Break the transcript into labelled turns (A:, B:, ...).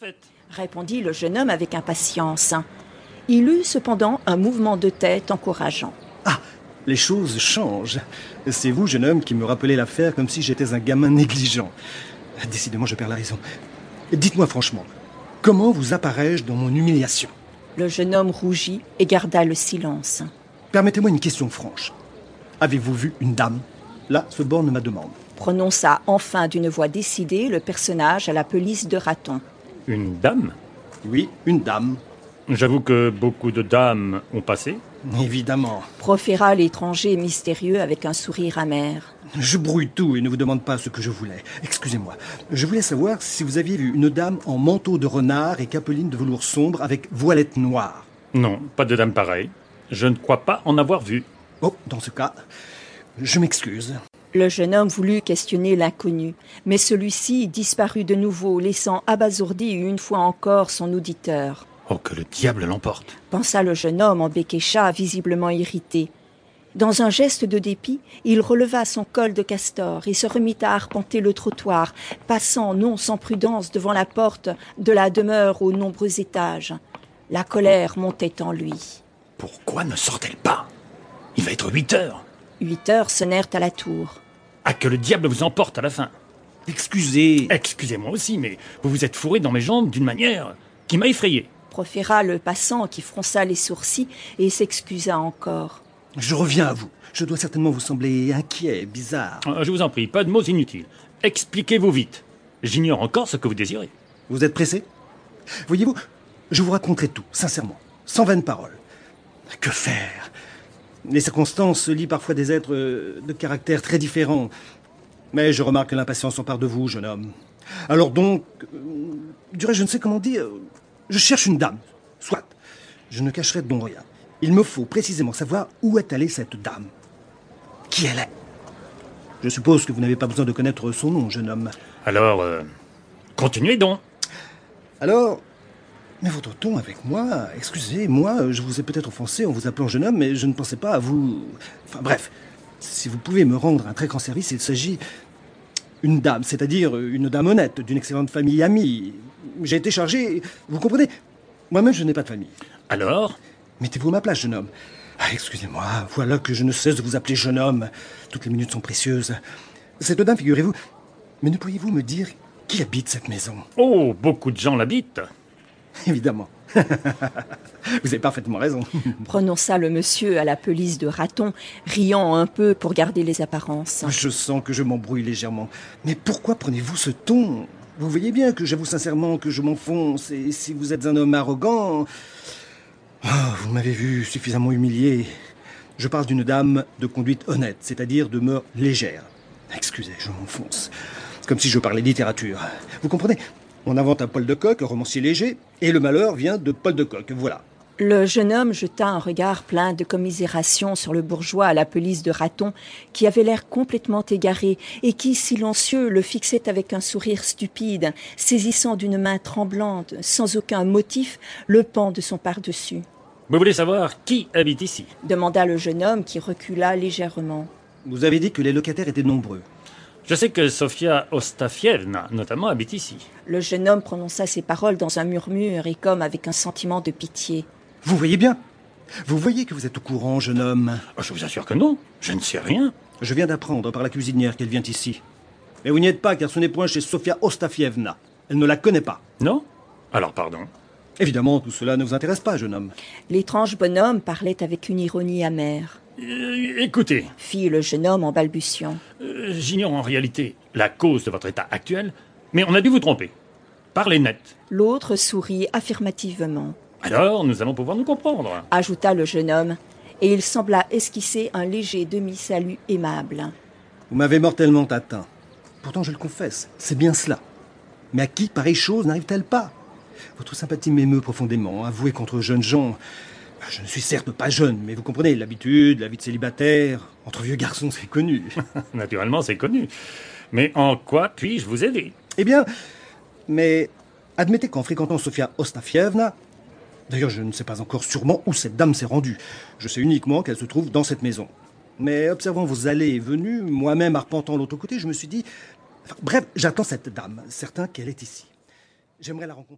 A: fête
B: répondit le jeune homme avec impatience. Il eut cependant un mouvement de tête encourageant.
C: Ah Les choses changent. C'est vous, jeune homme, qui me rappelez l'affaire comme si j'étais un gamin négligent. Décidément, je perds la raison. Dites-moi franchement, comment vous apparais-je dans mon humiliation
B: Le jeune homme rougit et garda le silence.
C: Permettez-moi une question franche. Avez-vous vu une dame Là se borne ma demande.
B: Prononça enfin d'une voix décidée le personnage à la pelisse de raton.
D: Une dame
C: Oui, une dame.
D: J'avoue que beaucoup de dames ont passé.
C: Évidemment.
B: Proféra l'étranger mystérieux avec un sourire amer.
C: Je brouille tout et ne vous demande pas ce que je voulais. Excusez-moi. Je voulais savoir si vous aviez vu une dame en manteau de renard et capeline de velours sombre avec voilette noire.
D: Non, pas de dame pareille. Je ne crois pas en avoir vu.
C: Oh, dans ce cas, je m'excuse.
B: Le jeune homme voulut questionner l'inconnu, mais celui-ci disparut de nouveau, laissant abasourdi une fois encore son auditeur.
D: Oh, que le diable l'emporte
B: pensa le jeune homme en béquécha, visiblement irrité. Dans un geste de dépit, il releva son col de castor et se remit à arpenter le trottoir, passant non sans prudence devant la porte de la demeure aux nombreux étages. La colère montait en lui.
E: Pourquoi ne sort-elle pas Il va être 8 heures.
B: Huit heures sonnèrent à la tour.
D: Ah, que le diable vous emporte à la fin
E: Excusez.
D: Excusez-moi aussi, mais vous vous êtes fourré dans mes jambes d'une manière qui m'a effrayé.
B: Proféra le passant qui fronça les sourcils et s'excusa encore.
C: Je reviens à vous. Je dois certainement vous sembler inquiet, bizarre.
D: Euh, Je vous en prie, pas de mots inutiles. Expliquez-vous vite. J'ignore encore ce que vous désirez.
C: Vous êtes pressé Voyez-vous, je vous raconterai tout, sincèrement, sans vaines paroles. Que faire Les circonstances lient parfois des êtres euh, de caractères très différents. Mais je remarque que l'impatience en part de vous, jeune homme. Alors donc, euh, durée, je ne sais comment dire, euh, je cherche une dame. Soit. Je ne cacherai donc rien. Il me faut précisément savoir où est allée cette dame. Qui elle est Je suppose que vous n'avez pas besoin de connaître son nom, jeune homme.
D: Alors, euh, continuez donc.
C: Alors, mais votre ton avec moi, excusez-moi, je vous ai peut-être offensé en vous appelant jeune homme, mais je ne pensais pas à vous. Enfin bref, si vous pouvez me rendre un très grand service, il s'agit une dame, c'est-à-dire une dame honnête, d'une excellente famille amie. J'ai été chargé, vous comprenez Moi-même, je n'ai pas de famille.
D: Alors,
C: Mettez-vous à ma place, jeune homme. Ah, excusez-moi, voilà que je ne cesse de vous appeler jeune homme. Toutes les minutes sont précieuses. Cette dame, figurez-vous, mais ne pourriez-vous me dire qui habite cette maison
D: oh, beaucoup de gens l'habitent.
C: Évidemment. Vous avez parfaitement raison.
B: Prononça le monsieur à la pelisse de raton, riant un peu pour garder les apparences.
C: Je sens que je m'embrouille légèrement. Mais pourquoi prenez-vous ce ton Vous voyez bien que j'avoue sincèrement que je m'enfonce et si vous êtes un homme arrogant... Ah, vous m'avez vu suffisamment humilié. Je parle d'une dame de conduite honnête, c'est-à-dire de mœurs légères. Excusez, je m'enfonce. Comme si je parlais littérature. Vous comprenez On invente un Paul de Coq, un romancier léger, et le malheur vient de Paul de Coq, voilà.
B: Le jeune homme jeta un regard plein de commisération sur le bourgeois à la pelisse de raton, qui avait l'air complètement égaré et qui, silencieux, le fixait avec un sourire stupide, saisissant d'une main tremblante, sans aucun motif, le pan de son par-dessus.
D: Vous voulez savoir qui habite ici
B: demanda le jeune homme qui recula légèrement.
C: Vous avez dit que les locataires étaient nombreux.
D: Je sais que Sofia Ostafievna, notamment, habite ici.
B: Le jeune homme prononça ces paroles dans un murmure et comme avec un sentiment de pitié.
C: Vous voyez bien Vous voyez que vous êtes au courant, jeune homme.
D: Oh, je vous assure que non, je ne sais rien.
C: Je viens d'apprendre par la cuisinière qu'elle vient ici. Mais vous n'y êtes pas, car ce n'est point chez Sofia Ostafievna. Elle ne la connaît pas.
D: Non Alors, pardon.
C: Évidemment, tout cela ne vous intéresse pas, jeune homme.
B: L'étrange bonhomme parlait avec une ironie amère,
D: Euh, écoutez,
B: fit le jeune homme en balbutiant.
D: euh, j'ignore en réalité la cause de votre état actuel, mais on a dû vous tromper. Parlez net.
B: L'autre sourit affirmativement,
D: Alors, nous allons pouvoir nous comprendre.
B: ajouta le jeune homme, et il sembla esquisser un léger demi-salut aimable.
C: Vous m'avez mortellement atteint. Pourtant, je le confesse, c'est bien cela. Mais à qui pareille chose n'arrive-t-elle pas Votre sympathie m'émeut profondément, avouée contre jeunes gens. Ah, Je ne suis certes pas jeune, mais vous comprenez, l'habitude, la vie de célibataire, entre vieux garçons, c'est connu.
D: Naturellement, c'est connu. Mais en quoi puis-je vous aider
C: Eh bien, mais admettez qu'en fréquentant Sofia Ostafievna, d'ailleurs je ne sais pas encore sûrement où cette dame s'est rendue, je sais uniquement qu'elle se trouve dans cette maison. Mais observant vos allées et venues, moi-même arpentant l'autre côté, je me suis dit, enfin, bref, j'attends cette dame, certain qu'elle est ici. J'aimerais la rencontrer.